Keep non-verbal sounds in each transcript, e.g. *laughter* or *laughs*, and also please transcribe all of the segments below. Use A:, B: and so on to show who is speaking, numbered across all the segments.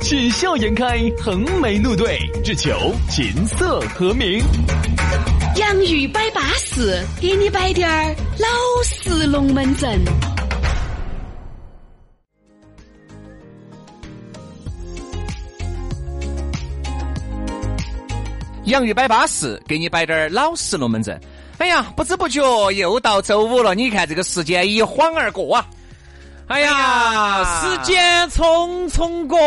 A: 喜笑颜开，横眉怒对，只求琴瑟和鸣。
B: 洋芋摆巴士，给你摆点儿老式龙门阵。
C: 洋芋摆巴适，给你摆点儿老实龙门阵。哎呀，不知不觉又到周五了，你看这个时间一晃而过啊！哎呀，
D: 时间匆匆过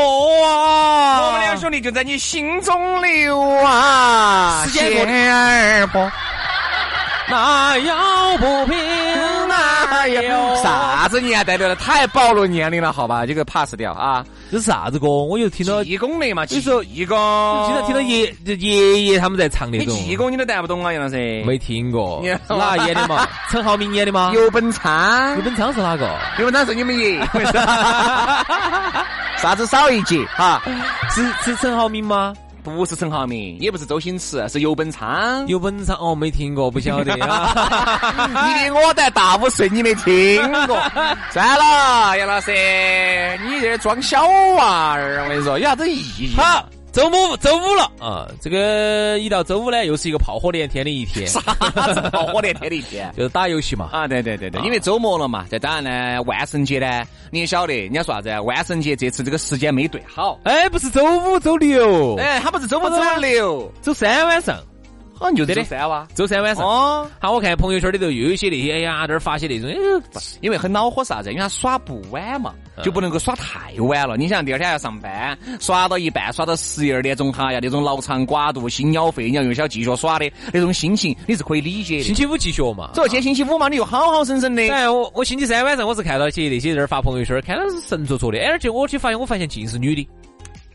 D: 啊！
C: 我们两兄弟就在你心中留啊！
D: 时间过得
C: 儿不
D: 那要不平，那
C: 哎
D: 有？
C: 啥子年代了？太暴露年龄了，好吧？这个 pass 掉啊！
D: 这是啥子歌？我就听到，经
C: 济功的嘛，
D: 你说
C: 济公，
D: 常听到爷爷爷他们在唱那
C: 你
D: 种，
C: 济公你都带不懂啊，杨老师？
D: 没听过
C: 你，
D: 哪演的 *laughs* 嘛？陈浩民演的吗？
C: 游本昌
D: 刘，本昌是哪个？
C: 刘本昌是你们 *laughs* 爷，啥子少一节哈？
D: 是是陈浩民 *laughs* 吗？
C: 不是陈浩民，也不是周星驰，是游本昌。
D: 刘本昌哦，没听过，不 *laughs* 晓得啊。
C: 你比我才大五岁，你没听 *laughs* 过？算了，杨老师，你这装小娃儿，我跟你说，有啥子意义？
D: 好，周五周五了啊、这个一到周五呢，又是一个炮火连天的一天，
C: 啥子炮火连天的一天？
D: 就是打游戏嘛。
C: 啊，对对对对，
D: 啊
C: 因为周末了嘛，再当然呢，万圣节呢，你也晓得，人家说啥子？万圣节这次这个时间没对好，
D: 哎，不是周五周六，
C: 哎，哦他不是周五周六，
D: 周三晚上，
C: 好像就是
D: 周
C: 三哇。
D: 周三晚上。
C: 哦，
D: 好，我看朋友圈里头又有一些那些，哎呀，这儿发些那种，哎
C: 因为很恼火啥子？因为他耍不晚嘛，就不能够耍太晚了。你想第二天还要上班，耍到一半，耍到十一二点钟，哈呀，那种脑肠寡肚、心鸟肺，你要用小继续耍的那种心情，你是可以理解
D: 呦，星
C: 的。
D: 期五继续嘛。
C: 所以今天星期五嘛，你又好好生生的。
D: 哎，我我星期三晚上我是看到些那些人发朋友圈，看到是神戳戳的，哎而且我去发现，我发现尽是女的，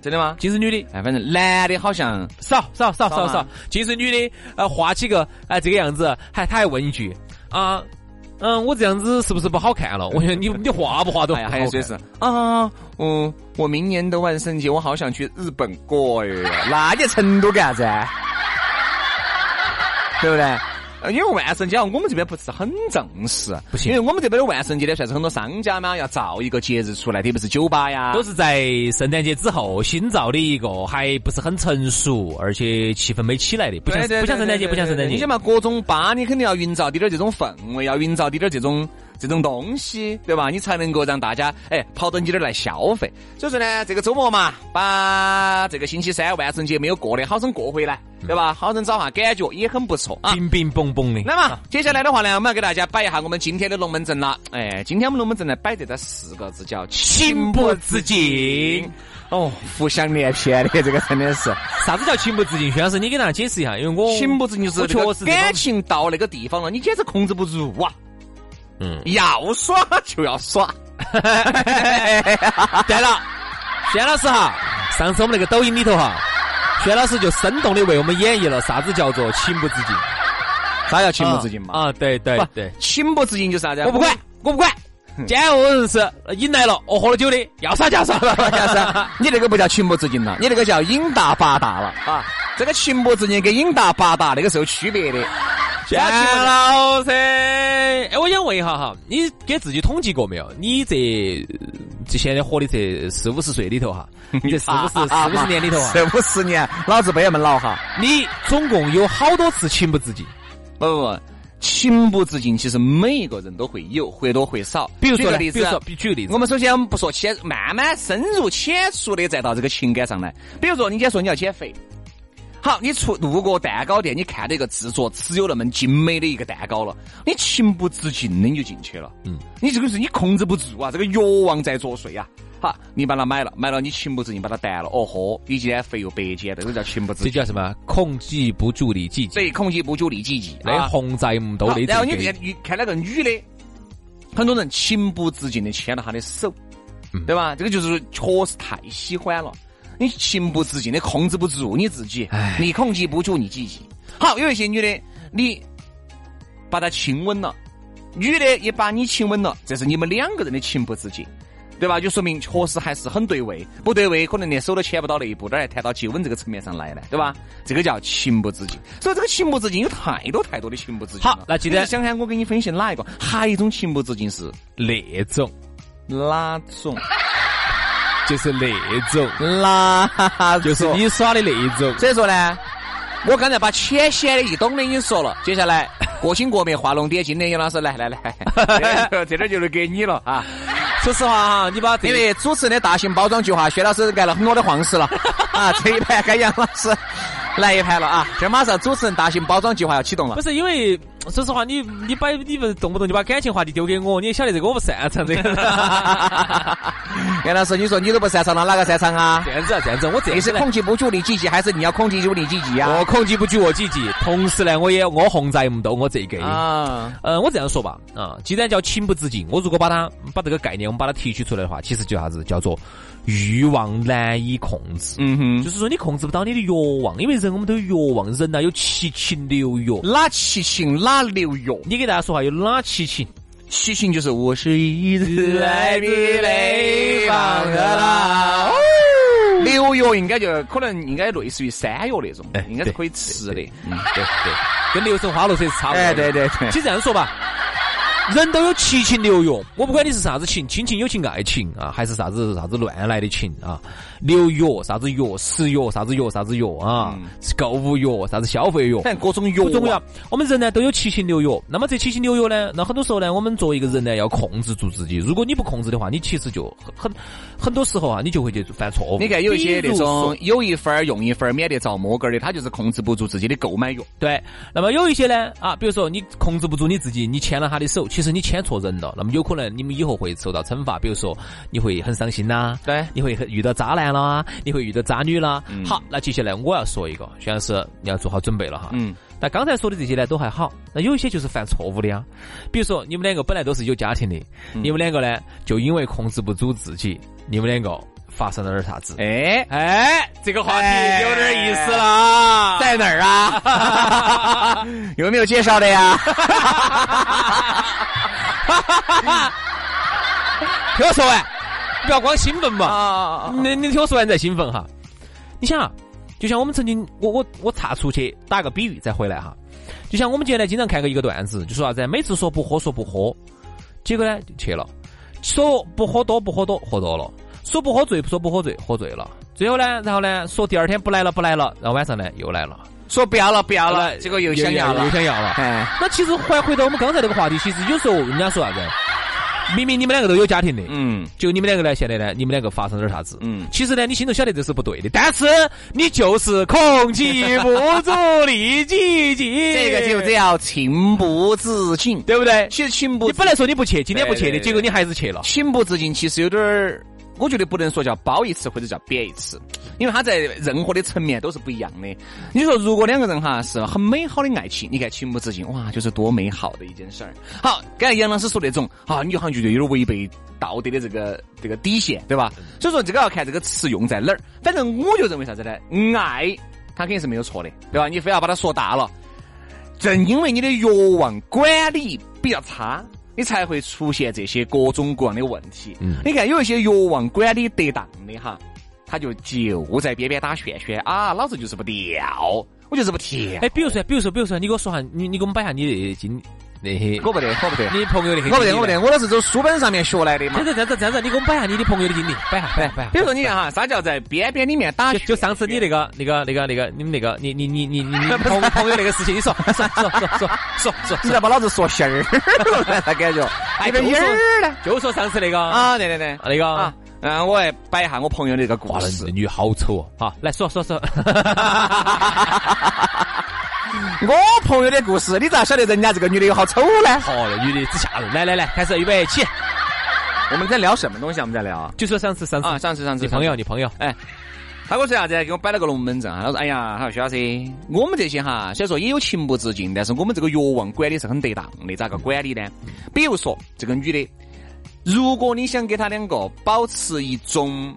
C: 真的吗？
D: 尽是女的，
C: 哎，反正男的好像
D: 少少少
C: 少
D: 少
C: 吗
D: 少，尽是女的，呃，画起个哎、这个样子，还他还问一句啊，嗯，我这样子是不是不好看了？我说你
C: *laughs*
D: 你画不画都不
C: 哎
D: 好
C: 呀，
D: 看
C: 还有谁是啊？嗯，我明年的万圣节我好想去日本
D: *laughs*
C: 过哟。那你成都干啥子？对不对？呃因为万圣节啊，我们这边不是很重视，
D: 不行
C: 因为我们这边的万圣节呢，算是很多商家嘛要造一个节日出来，特别是酒吧呀，
D: 都是在圣诞节之后新造的一个，还不是很成熟，而且气氛没起来的，不像
C: 对对
D: 不像
C: 对
D: 圣诞
C: 对
D: 节，
C: 对
D: 不像圣诞
C: 对
D: 节
C: 你想。嘛，各种吧，你肯定要营造滴点儿这种氛围，要营造滴点儿这种这种东西，对吧？你才能够让大家哎跑到你这儿来消费。所以说呢，这个周末嘛，把这个星期三万圣节没有过的好生过回来，对
D: 嗯
C: 吧？好生找下感觉也很不错啊。
D: 冰冰蹦蹦的，
C: 那么接下来的话呢，我们要给大家摆一下我们今天的龙门阵了。哎，今天我们龙门阵呢摆这个四个字叫
D: 情不自禁。
C: 哦，浮想联翩的这个真的是。
D: 啥子叫情不自禁？徐老师，你给大家解释一下，因为我
C: 情不自禁就是
D: 我
C: 这个
D: 确实这方
C: 感情到那个地方了，你简直控制不住啊！
D: 嗯，
C: 要耍就要耍，
D: 对了，轩老师哈，上次我们那个抖音里头哈，轩老师就生动的为我们演绎了啥子叫做情不自禁，
C: 啥叫情不自禁嘛？
D: 啊，啊对对
C: 不
D: 对，，
C: 情不自禁就是啥子？
D: 我不管，我不管，今天我人是引来了，我哦喝了酒的，要耍就要耍，*laughs*
C: 啥子？你那个不叫情不自禁了，你那个叫瘾大八大了啊！这个情不自禁跟瘾大八大那个是有区别的。
D: 轩老师，哎，我想问一下哈，你给自己统计过没有？你这这现在活的这四五十岁里头哈， *laughs* 你这四五十四五十年里头啊，
C: 这五十年，老子没那么老哈。
D: 你总共有好多次情不自禁？
C: 不不不，情不自禁其实每一个人都会有，或多或少。
D: 比如说
C: 举
D: 呢，
C: 个
D: 比
C: 例
D: 如
C: 子
D: 说，，比举个例子
C: 我，们首先我们不说先，慢慢深入浅出的再到这个情感上来。比如说，你今天说你要减肥，好，你出路过蛋糕店，你看到一个制作只有那么精美的一个蛋糕了，你情不自禁的你就进去了。嗯，你这个是你控制不住啊，这个欲望在作祟啊。好，你把它买了，买了你情不自禁把它弹了，哦豁，你今天肥又白减，这个叫情不自
D: 这
C: 禁。
D: 叫什么？控制不住的自己，
C: 对，控制不住利己己。
D: 那
C: 啊
D: 控制唔到
C: 好
D: 啊你
C: 然后你
D: 自己
C: 看。你看那个女的，很多人情不自禁的牵了她的手，对吧？这个就是确实太喜欢了。你情不自禁的控制不住你自己，你控制不住你自己。好，有一些女的，你把她亲吻了，女的也把你亲吻了，这是你们两个人的情不自禁，对吧？就说明确实还是很对位，不对位可能连手都牵不到那一步，哪来谈到接吻这个层面上来呢？对吧？这个叫情不自禁。所以这个情不自禁有太多太多的情不自禁了。
D: 好那今天
C: 你想想我给你分析哪一个？还有一种情不自禁是
D: 那种
C: 哪种？
D: 就是那种，
C: 哪
D: 就是你耍的那一种。
C: 所以说呢，我刚才把浅显的、易懂的已经说了，接下来各行各面、画龙点睛的，杨老师来来
D: *laughs*
C: 来，这这点就留给你了啊！
D: 说实话啊哈，你把
C: *laughs* 因
D: 这
C: 为主持人的大型包装计划，薛老师挨了很多的黄 *laughs* 石了啊！这一盘该杨老师来一盘了啊！这马上主持人大型包装计划要启动了
D: 不。是因为，说实话，你你把你们动不动就把感情话题丢给我，你也晓得这个我不擅长 *laughs* 这个。
C: 杨老师，你说你都不擅长了，哪个擅长 *laughs* 啊
D: 这？样子啊，这样子，我这
C: 你
D: 样
C: 是
D: 子呢
C: 控制不住你自己，还是你要控制住你自己呀
D: 我？控制不住我自己，同时呢，我也我控制不到我这个。
C: 啊，
D: 呃，我这样说吧，啊，既然叫情不自禁，我如果把它把这个概念我们把它提取出来的话，其实叫啥子？叫做欲望难以控制。
C: 嗯哼，
D: 就是说你控制不到你的欲望，因为人我们都有欲望，人呐有七情六欲。
C: 哪七情哪六欲？
D: 你给大家说下有哪七情？
C: 七情就是我是一 *laughs* 直
D: 爱
C: 爱
D: 你
C: 你
D: 北
C: 北
D: 方
C: 方
D: 的
C: 的
D: 啦
C: 啦。六药应该就可能应该类似于山药那种
D: 哎，
C: 应该是可以吃的。
D: 嗯，对对，跟流神花露水是差不多的。
C: 哎对对对 *laughs*
D: 其实这样说吧，人都有七情六欲，我不管你是啥子情，亲情、友情、爱情啊，还是啥子啥子乱来的情啊，六欲啥子欲，食欲啥子欲啥子欲啊，
C: 嗯
D: 购物欲啥子消费欲。
C: 反正各种药啊
D: 不重要，我们人呢都有七情六欲。那么这七情六欲呢，那很多时候呢，我们作为一个人呢，要控制住自己。如果你不控制的话，你其实就很很很多时候啊，你就会去犯错误。
C: 你看有一些
D: 比
C: 那
D: 如说
C: 种有一分儿用一分儿，免得遭摸根儿的，他就是控制不住自己的购买欲。啊
D: 对，那么有一些呢，啊，比如说你控制不住你自己，你牵了他的手，其实你牵错人了，那么有可能你们以后会受到惩罚，比如说你会很伤心呐、
C: 对嗯
D: 你会很遇到渣男啦，你会遇到渣女啦。好，那接下来我要说一个，徐老师，你要做好准备了哈。
C: 嗯，
D: 那刚才说的这些呢都还好，那有一些就是犯错误的呀，比如说你们两个本来都是有家庭的，你们两个呢就因为控制不住自己，你们两个发生了点啥子？
C: 哎，
D: 哎，这个话题
C: 哎
D: 有点意思了啊。
C: 在哪儿啊？ *laughs* 有没有介绍的呀？
D: 听我说完，你不要光兴奋嘛。
C: 啊，
D: 你你听我说完再兴奋哈。你想啊，就像我们曾经，我我我岔出去打个比喻再回来哈。就像我们原来经常看过一个段子，就说啥子，每次说不喝说不喝，结果呢就去了，说不喝多不喝多喝多了，说不喝醉说不喝醉喝醉了，最后呢，然后呢说第二天不来了不来了，然后晚上呢又来了，
C: 说不要了，不要
D: 好
C: 了，这个又想要
D: 又
C: 了。
D: 想要了。 *laughs*
C: 哎，
D: 那其实还回到我们刚才那个话题，其实有时候人家说啥子，明明你们两个都有家庭的，
C: 嗯
D: 就你们两个呢，现在呢，你们两个发生了点啥子？
C: 嗯
D: 其实呢，你心头晓得这是不对的，但是你就是控制不住你自己，
C: 这个就叫情不自禁。
D: 对不对？
C: 其实情不
D: 你
C: 自
D: 本来说你不去，今天不去
C: 对
D: 的，
C: 对对
D: 结果你还是去了。
C: 情不自禁，其实有点儿，我觉得不能说叫褒一次或者叫贬一次，因为它在任何的层面都是不一样的。你说，如果两个人哈是很美好的爱情，你看情不自禁，哇，就是多美好的一件事儿。好，刚才杨老师说那种，啊，你好像觉得有点违背道德的这个这个底线，对吧？所以说这个要看这个词用在哪儿。反正我就认为啥子呢？爱，它肯定是没有错的，对吧？你非要把它说大了。正因为你的欲望管理比较差，你才会出现这些各种各样的问题。
D: 嗯
C: 你看有一些欲望管理得当的哈，他就就在边边打旋旋啊，老子就是不掉，我就是不跳。
D: 哎，比如说，比如说，比如说，你给我说下，你你给我们摆下你的经那些，
C: 我不得，我不得，
D: 你朋友的，
C: 我不得，我不。得，我都是走书本上面学来的嘛哎
D: 这。样子，这样子，这样子，你给我们摆下你的朋友的经历，摆下，摆下，摆下。
C: 比如说，你看哈，啥叫在边边里面打
D: 就
C: 旋
D: 就上次你那个、那个、那个、那个，你们那个，你你你你你你朋朋友那个事情，你说说说说说说说
C: 你在把老子说心
D: *laughs*
C: 儿，那感觉。
D: 哎
C: 那个
D: 就
C: 音
D: 说
C: 儿呢？
D: 就说上次那个啊
C: 啊，对对对，
D: 那个
C: 啊，嗯，我来摆一下我朋友的一个故
D: 哇，
C: 事
D: 那。女好丑
C: 啊
D: 哦！好，来说说说，
C: 哦我朋友的故事，你咋晓得人家这个女的有好丑呢？
D: 好，那女的之吓 *laughs* 人！来来来，开始预备起，
C: 我们在聊什么东西啊？我们在聊啊？
D: 就说上次上次、
C: 啊，上次上次
D: 你朋友，你朋友，
C: 他跟我说啥子？给我摆了个龙门阵啊。他说：“哎呀，他说薛老师，我们这些哈，虽然说也有情不自禁，但是我们这个欲望管理是很得当的。咋个管理呢？比如说这个女的，如果你想给她两个保持一种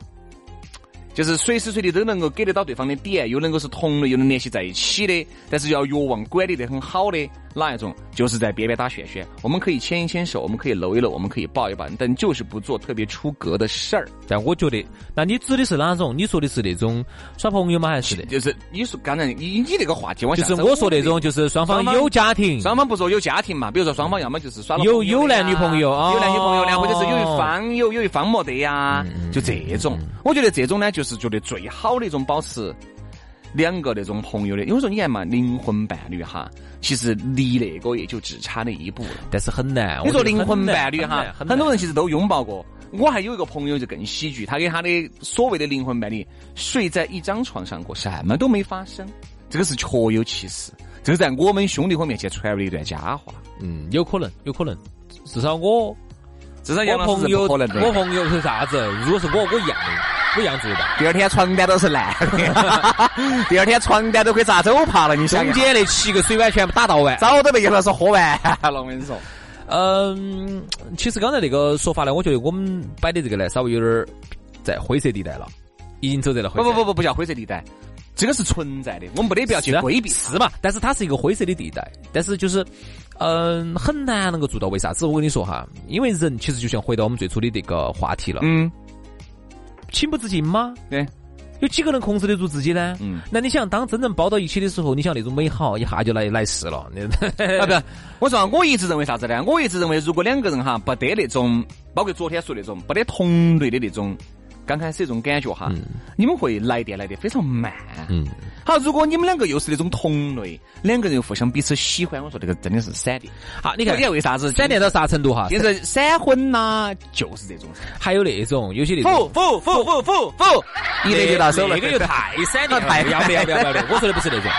C: 就是随时随地都能够给得到对方的点，又能够是同类，又能联系在一起的，但是要药望管理得很好的哪一种？就是在边边打旋旋，我们可以牵一牵手，我们可以搂一搂，我们可以抱一抱，但就是不做特别出格的事儿。
D: 但我觉得，那你指的是哪种？你说的是那种耍朋友吗？还是的？
C: 就是你说，刚才你你这个话题往
D: 就
C: 下
D: 是
C: 走，
D: 我说那种，就是双方有家庭，
C: 双方不说有家庭嘛，比如说双方要么就是耍了
D: 有
C: 朋友的呀
D: 有男女朋友哦嗯
C: 有男女朋友呢，或者是有一方有有一方没得呀，就这种。我觉得这种呢，就是觉得最好的一种保持两个那种朋友的。因为说你看嘛，灵魂伴侣哈，其实离那个也就只差那一步了。
D: 但是很难。
C: 你
D: 我觉
C: 说
D: 得
C: 灵魂
D: 很难
C: 伴侣哈，
D: 很
C: 很
D: 难
C: 多人其实都拥抱过。我还有一个朋友就更喜剧，他跟他的所谓的灵魂伴侣睡在一张床上过，什么都没发生，这个是确有其事。这个在我们兄弟伙面前传了一段佳话，
D: 嗯，有可能，有可能。至少我
C: 至少杨
D: 我
C: 老师
D: 朋
C: 是
D: 友
C: 不可能
D: 我
C: 的。
D: 朋友是啥子？如果是我，我一样的，我一样做得到。
C: 第二天床单都是烂的，第二天床单都可以砸走趴了。你想
D: 中
C: 想，
D: 间那七个水碗全部打到完。
C: 早都被杨老师喝完了。我跟你说，
D: 嗯，其实刚才那个说法呢，我觉得我们摆的这个呢，稍微有点儿在灰色地带了，已经走在了灰
C: 不
D: 色。
C: 不不不，不叫灰色地带，这个是存在的，我们没得必要去
D: 是
C: 规避。
D: 是嘛？但是它是一个灰色的地带，但是就是，嗯、很难能够做到。为啥子？我跟你说哈，因为人其实就像回到我们最初的这个话题了，
C: 嗯，
D: 情不自禁吗？
C: 对，
D: 有几个能控制得住自己呢？
C: 嗯
D: 那你想，当真正抱到一起的时候，你想那种美好一下就来来世了。 *laughs* 那
C: 啊，不，我说啊我一直认为啥子呢？我一直认为，如果两个人哈，不得那种，包括昨天说那种，不得同类的那种，刚开始那种感觉哈，你们会来电来的非常慢。
D: 嗯，
C: 好，如果你们两个又是那种同类，两个人又互相彼此喜欢，我说这个真的是闪电。
D: 好，你
C: 你
D: 看
C: 看，你看为啥子
D: 闪电到啥程度哈？
C: 现在闪婚呐，就是这种。
D: 还有那种有些那种
C: 否否否否否否，一类就到手了。
D: 哎
C: 哎
D: 那个又
C: *laughs*
D: 太闪电了，
C: 太
D: 不要不要不要不要不要！我说的不是那种，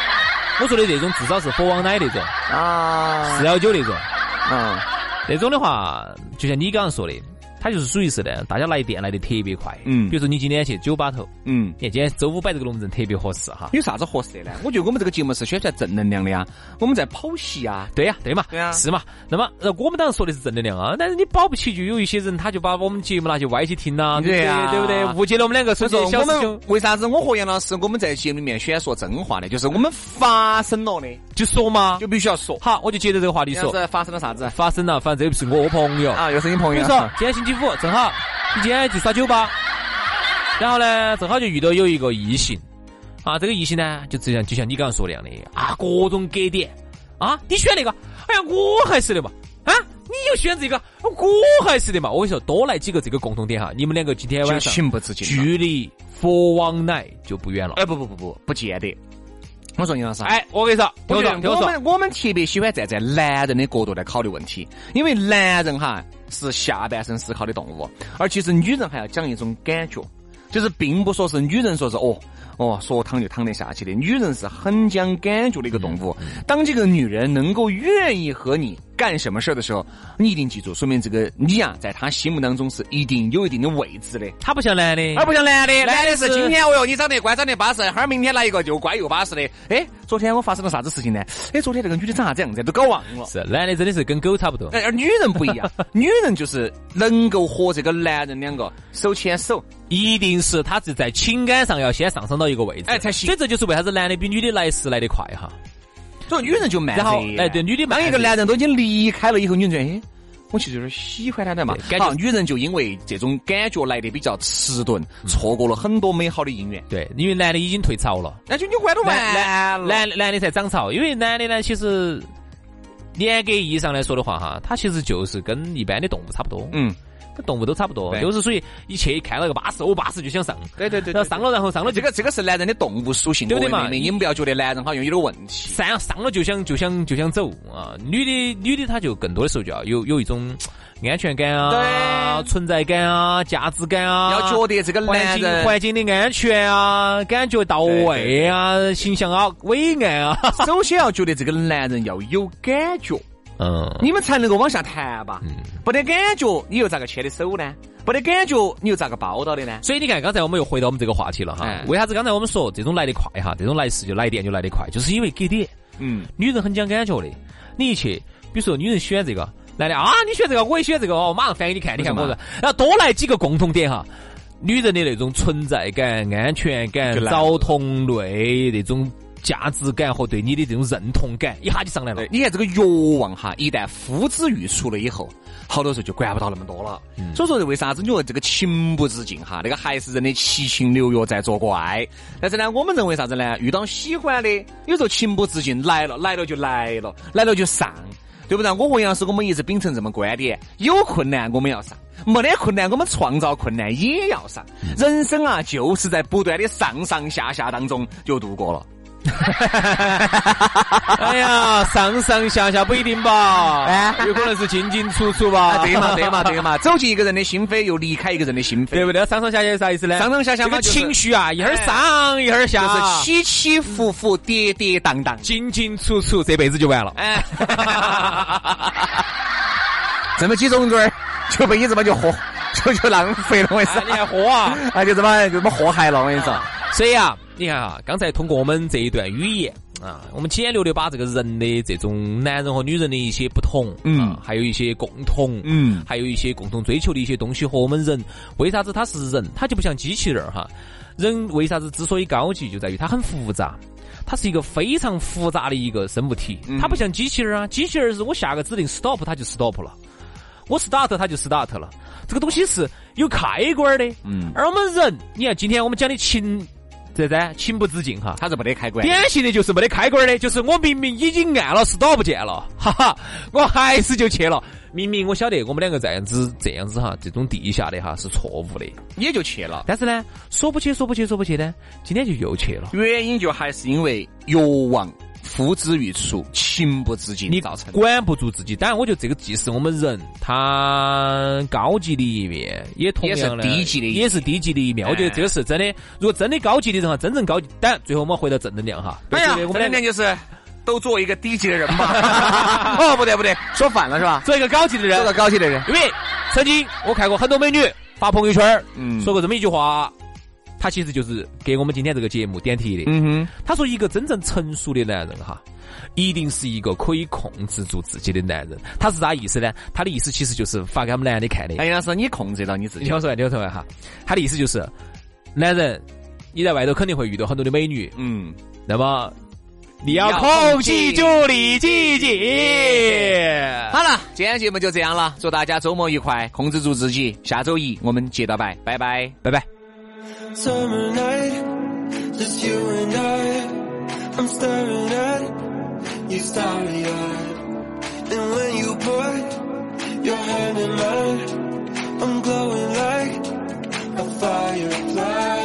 D: 我说的那种至少是佛王奶那种，
C: 啊
D: 四幺九那种，
C: 啊
D: 那种的话，就像你刚刚说的，它就是属于是呢，大家来电来的特别快。
C: 嗯
D: 比如说你今天去酒吧头，
C: 嗯。
D: 你看今天周五摆这个龙门阵特别合适哈。
C: 有啥子合适的呢？我觉得我们这个节目是宣传正能量的呀，我们在剖析啊，
D: 对呀、对嘛，
C: 对呀
D: 是嘛。那么，呃，我们当然说的是正能量啊，但是你保不齐就有一些人，他就把我们节目拿去歪起听呐、对不
C: 对
D: 对、
C: 呀
D: 对不对？误解了我们两个
C: 所
D: 说
C: 以说
D: 小
C: 我
D: 师兄
C: 们，为啥子我和杨老师我们在节目里面喜欢说真话呢？就是我们发生了的，
D: 就说嘛。
C: 就必须要说。
D: 好，我就接着这个话题
C: 杨
D: 说
C: 老，师发生了啥子
D: 发生了，反正这又不是我朋友。
C: 啊？又是你朋
D: 比
C: 友
D: 如说，今天星期五，正好你今天去耍酒吧，然后呢，正好就遇到有一个异性，啊，这个异性呢，就就像就像你刚刚说的那样的啊，各种给点啊，你选那个，哎呀，我还是的嘛，啊，你又选这个，啊我还是的嘛，我跟你说，多来几个这个共同点哈，你们两个今天
C: 就
D: 晚上
C: 情不自禁了。
D: 距离佛王奶就不远了。
C: 哎，不不不不，不见得。我说杨老师啊，
D: 哎，我跟你说，听
C: 我
D: 我说，
C: 觉得
D: 听我
C: 我
D: 说，
C: 们我们特别喜欢站在男人的角度来考虑问题，因为男人哈是下半身思考的动物，而其实女人还要讲一种感觉，就是并不说是女人说是哦哦说躺就躺得下去的，女人是很讲感觉的一个动物。当这个女人能够愿意和你干什么事儿的时候，你一定记住，说明这个你呀、在她心目当中是一定有一定的位置的。
D: 他不像男的，
C: 啊而不像男的，
D: 男
C: 男
D: 的
C: 哎的
D: 是
C: 是今天哦哟，你长得乖，长得巴适，哈儿明天来一个又乖又巴适的。哎，昨天我发生了啥子事情呢？哎，昨天这个女的长啥子样子，都搞忘了。
D: 是男的真的是跟狗差不多。
C: 哎，而女人不一 *laughs* 样，女人就是能够和这个男人两个手牵手。
D: 一定是他是在情感上要先上升到一个位置，
C: 哎才行
D: 所以这就是为啥子男的比女的来时来得快哈。
C: 所以女人就慢
D: 然后
C: 热
D: 哎对女的慢
C: 当一个男人都已经离开了以后，你就觉得，哎，我其实有点喜欢他的嘛。
D: 对感觉
C: 好，女人就因为这种感觉来的比较迟钝，错过了很多美好的姻缘。
D: 对，因为男的已经退潮了，
C: 那就你关都
D: 男
C: 完
D: 男
C: 了，
D: 男男的才涨潮，因为男的呢，其实严格意义上来说的话哈，他其实就是跟一般的动物差不多，
C: 嗯，
D: 跟动物都差不多，
C: 对
D: 都是属于一去一看到个巴适，我巴适就想上，
C: 对对对
D: 然后上了然后上了
C: 这
D: 就
C: 个这个是男人的动物属性，
D: 对不对
C: 各位
D: 嘛
C: 妹妹你们不要觉得男人好像有点问题。
D: 上上了就想就想就想走啊，女的女的她就更多的时候就要有有一种安全感啊，
C: 对
D: 存在感啊，价值感啊，
C: 要觉得这个
D: 环
C: 男
D: 境
C: 人
D: 环境的安全啊，感觉到位啊，形象啊，伟岸啊。
C: 首先要觉得这个男人要有感觉，
D: 嗯，
C: 你们才能够往下谈吧。不得感觉，你又咋个牵的手呢？不得感觉，你又咋个抱到的呢？
D: *laughs* 所以你看，刚才我们又回到我们这个话题了哈
C: 哎。
D: 为啥子刚才我们说这种来得快哈，这种来势就来电就来得快，就是因为给点。
C: 嗯，
D: 女人很讲感觉的，你一去，比如说女人喜欢这 *laughs* 个，男的啊，你喜欢这个，我也喜欢这个，哦，马上翻给你看，你看
C: 为
D: 我
C: 什么
D: 说，然后多来几个共同点哈。女人的那种存在感、安全感
E: 就、来了
D: 找同类那种价值感和对你的这种认同感，一下就上来了
C: 对。你看这个欲望哈，一旦呼之欲出了以后，好多时候就管不到那么多了。所以说，为啥子你说这个情不自禁哈？那个还是人的七情六欲在作怪。但是呢，我们认为啥子呢？遇到喜欢的，有时候情不自禁来了，来了就来了，来了就上，对不对？我和杨师我们一直秉承这么观点：有困难我们要上，没得困难我们创造困难也要上。人生啊，就是在不断的上上下下当中就度过了。
D: 哎呀，上上下下不一定吧，有可能是进进出出吧。
C: 哎啊， *laughs* 对嘛，对嘛，对嘛，走进一个人的心扉，又离开一个人的心
D: 对
C: 扉，
D: 不对？上上下下有啥意思呢？
C: 上上下下
D: 这
C: 嘛
D: 个
C: 就是
D: 情绪啊，一会儿上一会儿下，
C: 就是起起伏伏，跌跌宕宕。
D: 进进出出，这辈子就完了。
C: 哎， *laughs* 这么几种子儿，就被你这么就祸，就就浪费了，我跟你
D: *laughs* 哎你
C: 说，
D: 还喝啊？
C: 啊，就这么就这么祸害了，我跟你说。
D: 所以啊，你看啊，刚才通过我们这一段语言啊，我们简略的把这个人的这种男人和女人的一些不同，
C: 嗯
D: 啊还有一些共同，
C: 嗯
D: 还有一些共同追求的一些东西和我们人，为啥子他是人，他就不像机器人儿哈？人为啥子之所以高级，就在于它很复杂。它是一个非常复杂的一个生物体，
C: 嗯
D: 它不像机器人儿啊，机器人儿是我下个指令 stop 它就 stop 了，我 start 它就 start 了，这个东西是有开关儿的，
C: 嗯，
D: 而我们人，你看今天我们讲的情，这噻，情不自禁哈。
C: 他是没得开关，
D: 典型的就是没得开关儿的，就是我明明已经按了 stop 键了，哈哈，我还是就去了。明明我晓得我们两个这样子这样子哈，这种地下的哈是错误的，
C: 也就去了。
D: 但是呢，说不去说不去说不去呢，今天就又去了。
C: 原因就还是因为欲望呼之欲出，情不自禁
D: 你
C: 造成的。
D: 管不住自己，当然，我觉得这个既是我们人他高级的一面，也同样呢
C: 也是低级的一面哎
D: 也是低级的一面。我觉得这个是真的。如果真的高级的人哈，真正高级，当然最后我们回到正能量哈。
C: 哎
D: 对
C: 呀，
D: 不对我们
C: 我
D: 两
C: 们两
D: 个
C: 个就是都做一个低级的人 *laughs* 吧。哦，不对不对，说反了是吧？
D: 做一个高级的人
C: 做，个高级的人。
D: 因为曾经我看过很多美女发朋友圈儿
C: 嗯
D: 说过这么一句话，她其实就是给我们今天这个节目点题的。
C: 嗯
D: 她说，一个真正成熟的男人哈，一定是一个可以控制住自己的男人。他是啥意思呢？他的意思其实就是发给我们男的看的
C: 哼，。哎，杨老师，你控制到你自
D: 你
C: 己
D: 听。我说完，你听我说完哈。他的意思就是，男人你在外头肯定会遇到很多的美女，
C: 嗯，
D: 那么你
C: 要
D: 要
C: 控
D: 控
C: 制
D: 制
C: 住
D: 住你自己。
C: 好了，今天节目就这样了，祝大家周末愉快，控制住自己，下周一我们接到拜，拜拜。
D: 拜拜。
F: Summer night, just you and I. I'm staring at you, starry eyed. And when you put your hand in mine, I'm glowing like a firefly.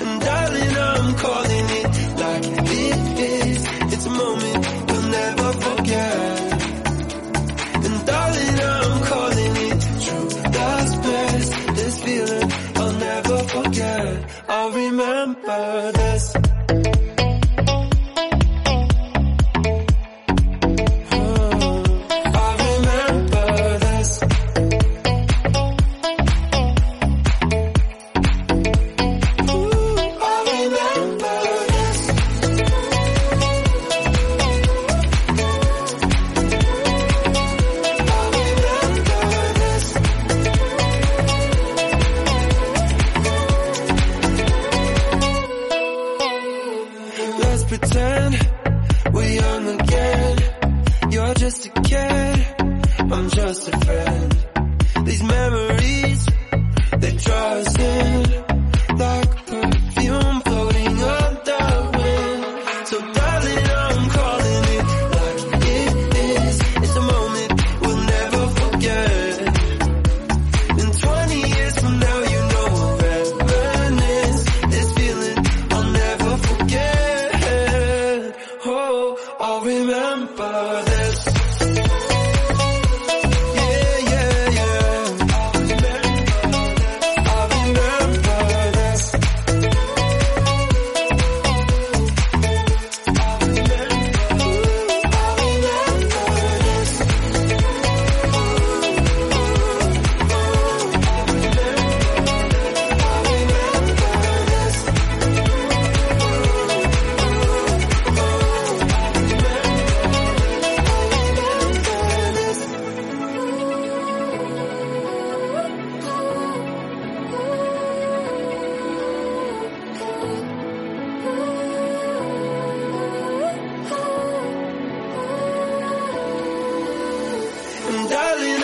F: And darling, I'm calling it like it is. It's a moment you'll never forget. And darling, I'm calling it true. That's best. This feeling I'll never forget. I'll remember this. Mm, I'll remember this. Ooh, I'll remember this. I'll remember this. Let's pretend we're young again. You're just a kid, I'm just a friend. These memories, they draw us in like perfume floating on the wind. So darling, I'm calling it like it is. It's a moment we'll never forget. In 20 years from now, you know I'll reminisce this feeling I'll never forget. Oh, I'll remember this. Yeah, yeah, yeah. I'll remember I'll remember this. I'll remember. I'll remember this. I'll remember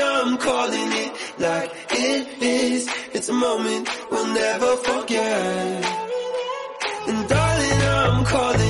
F: I'm calling it like it is. It's a moment we'll never forget. And darling, I'm calling.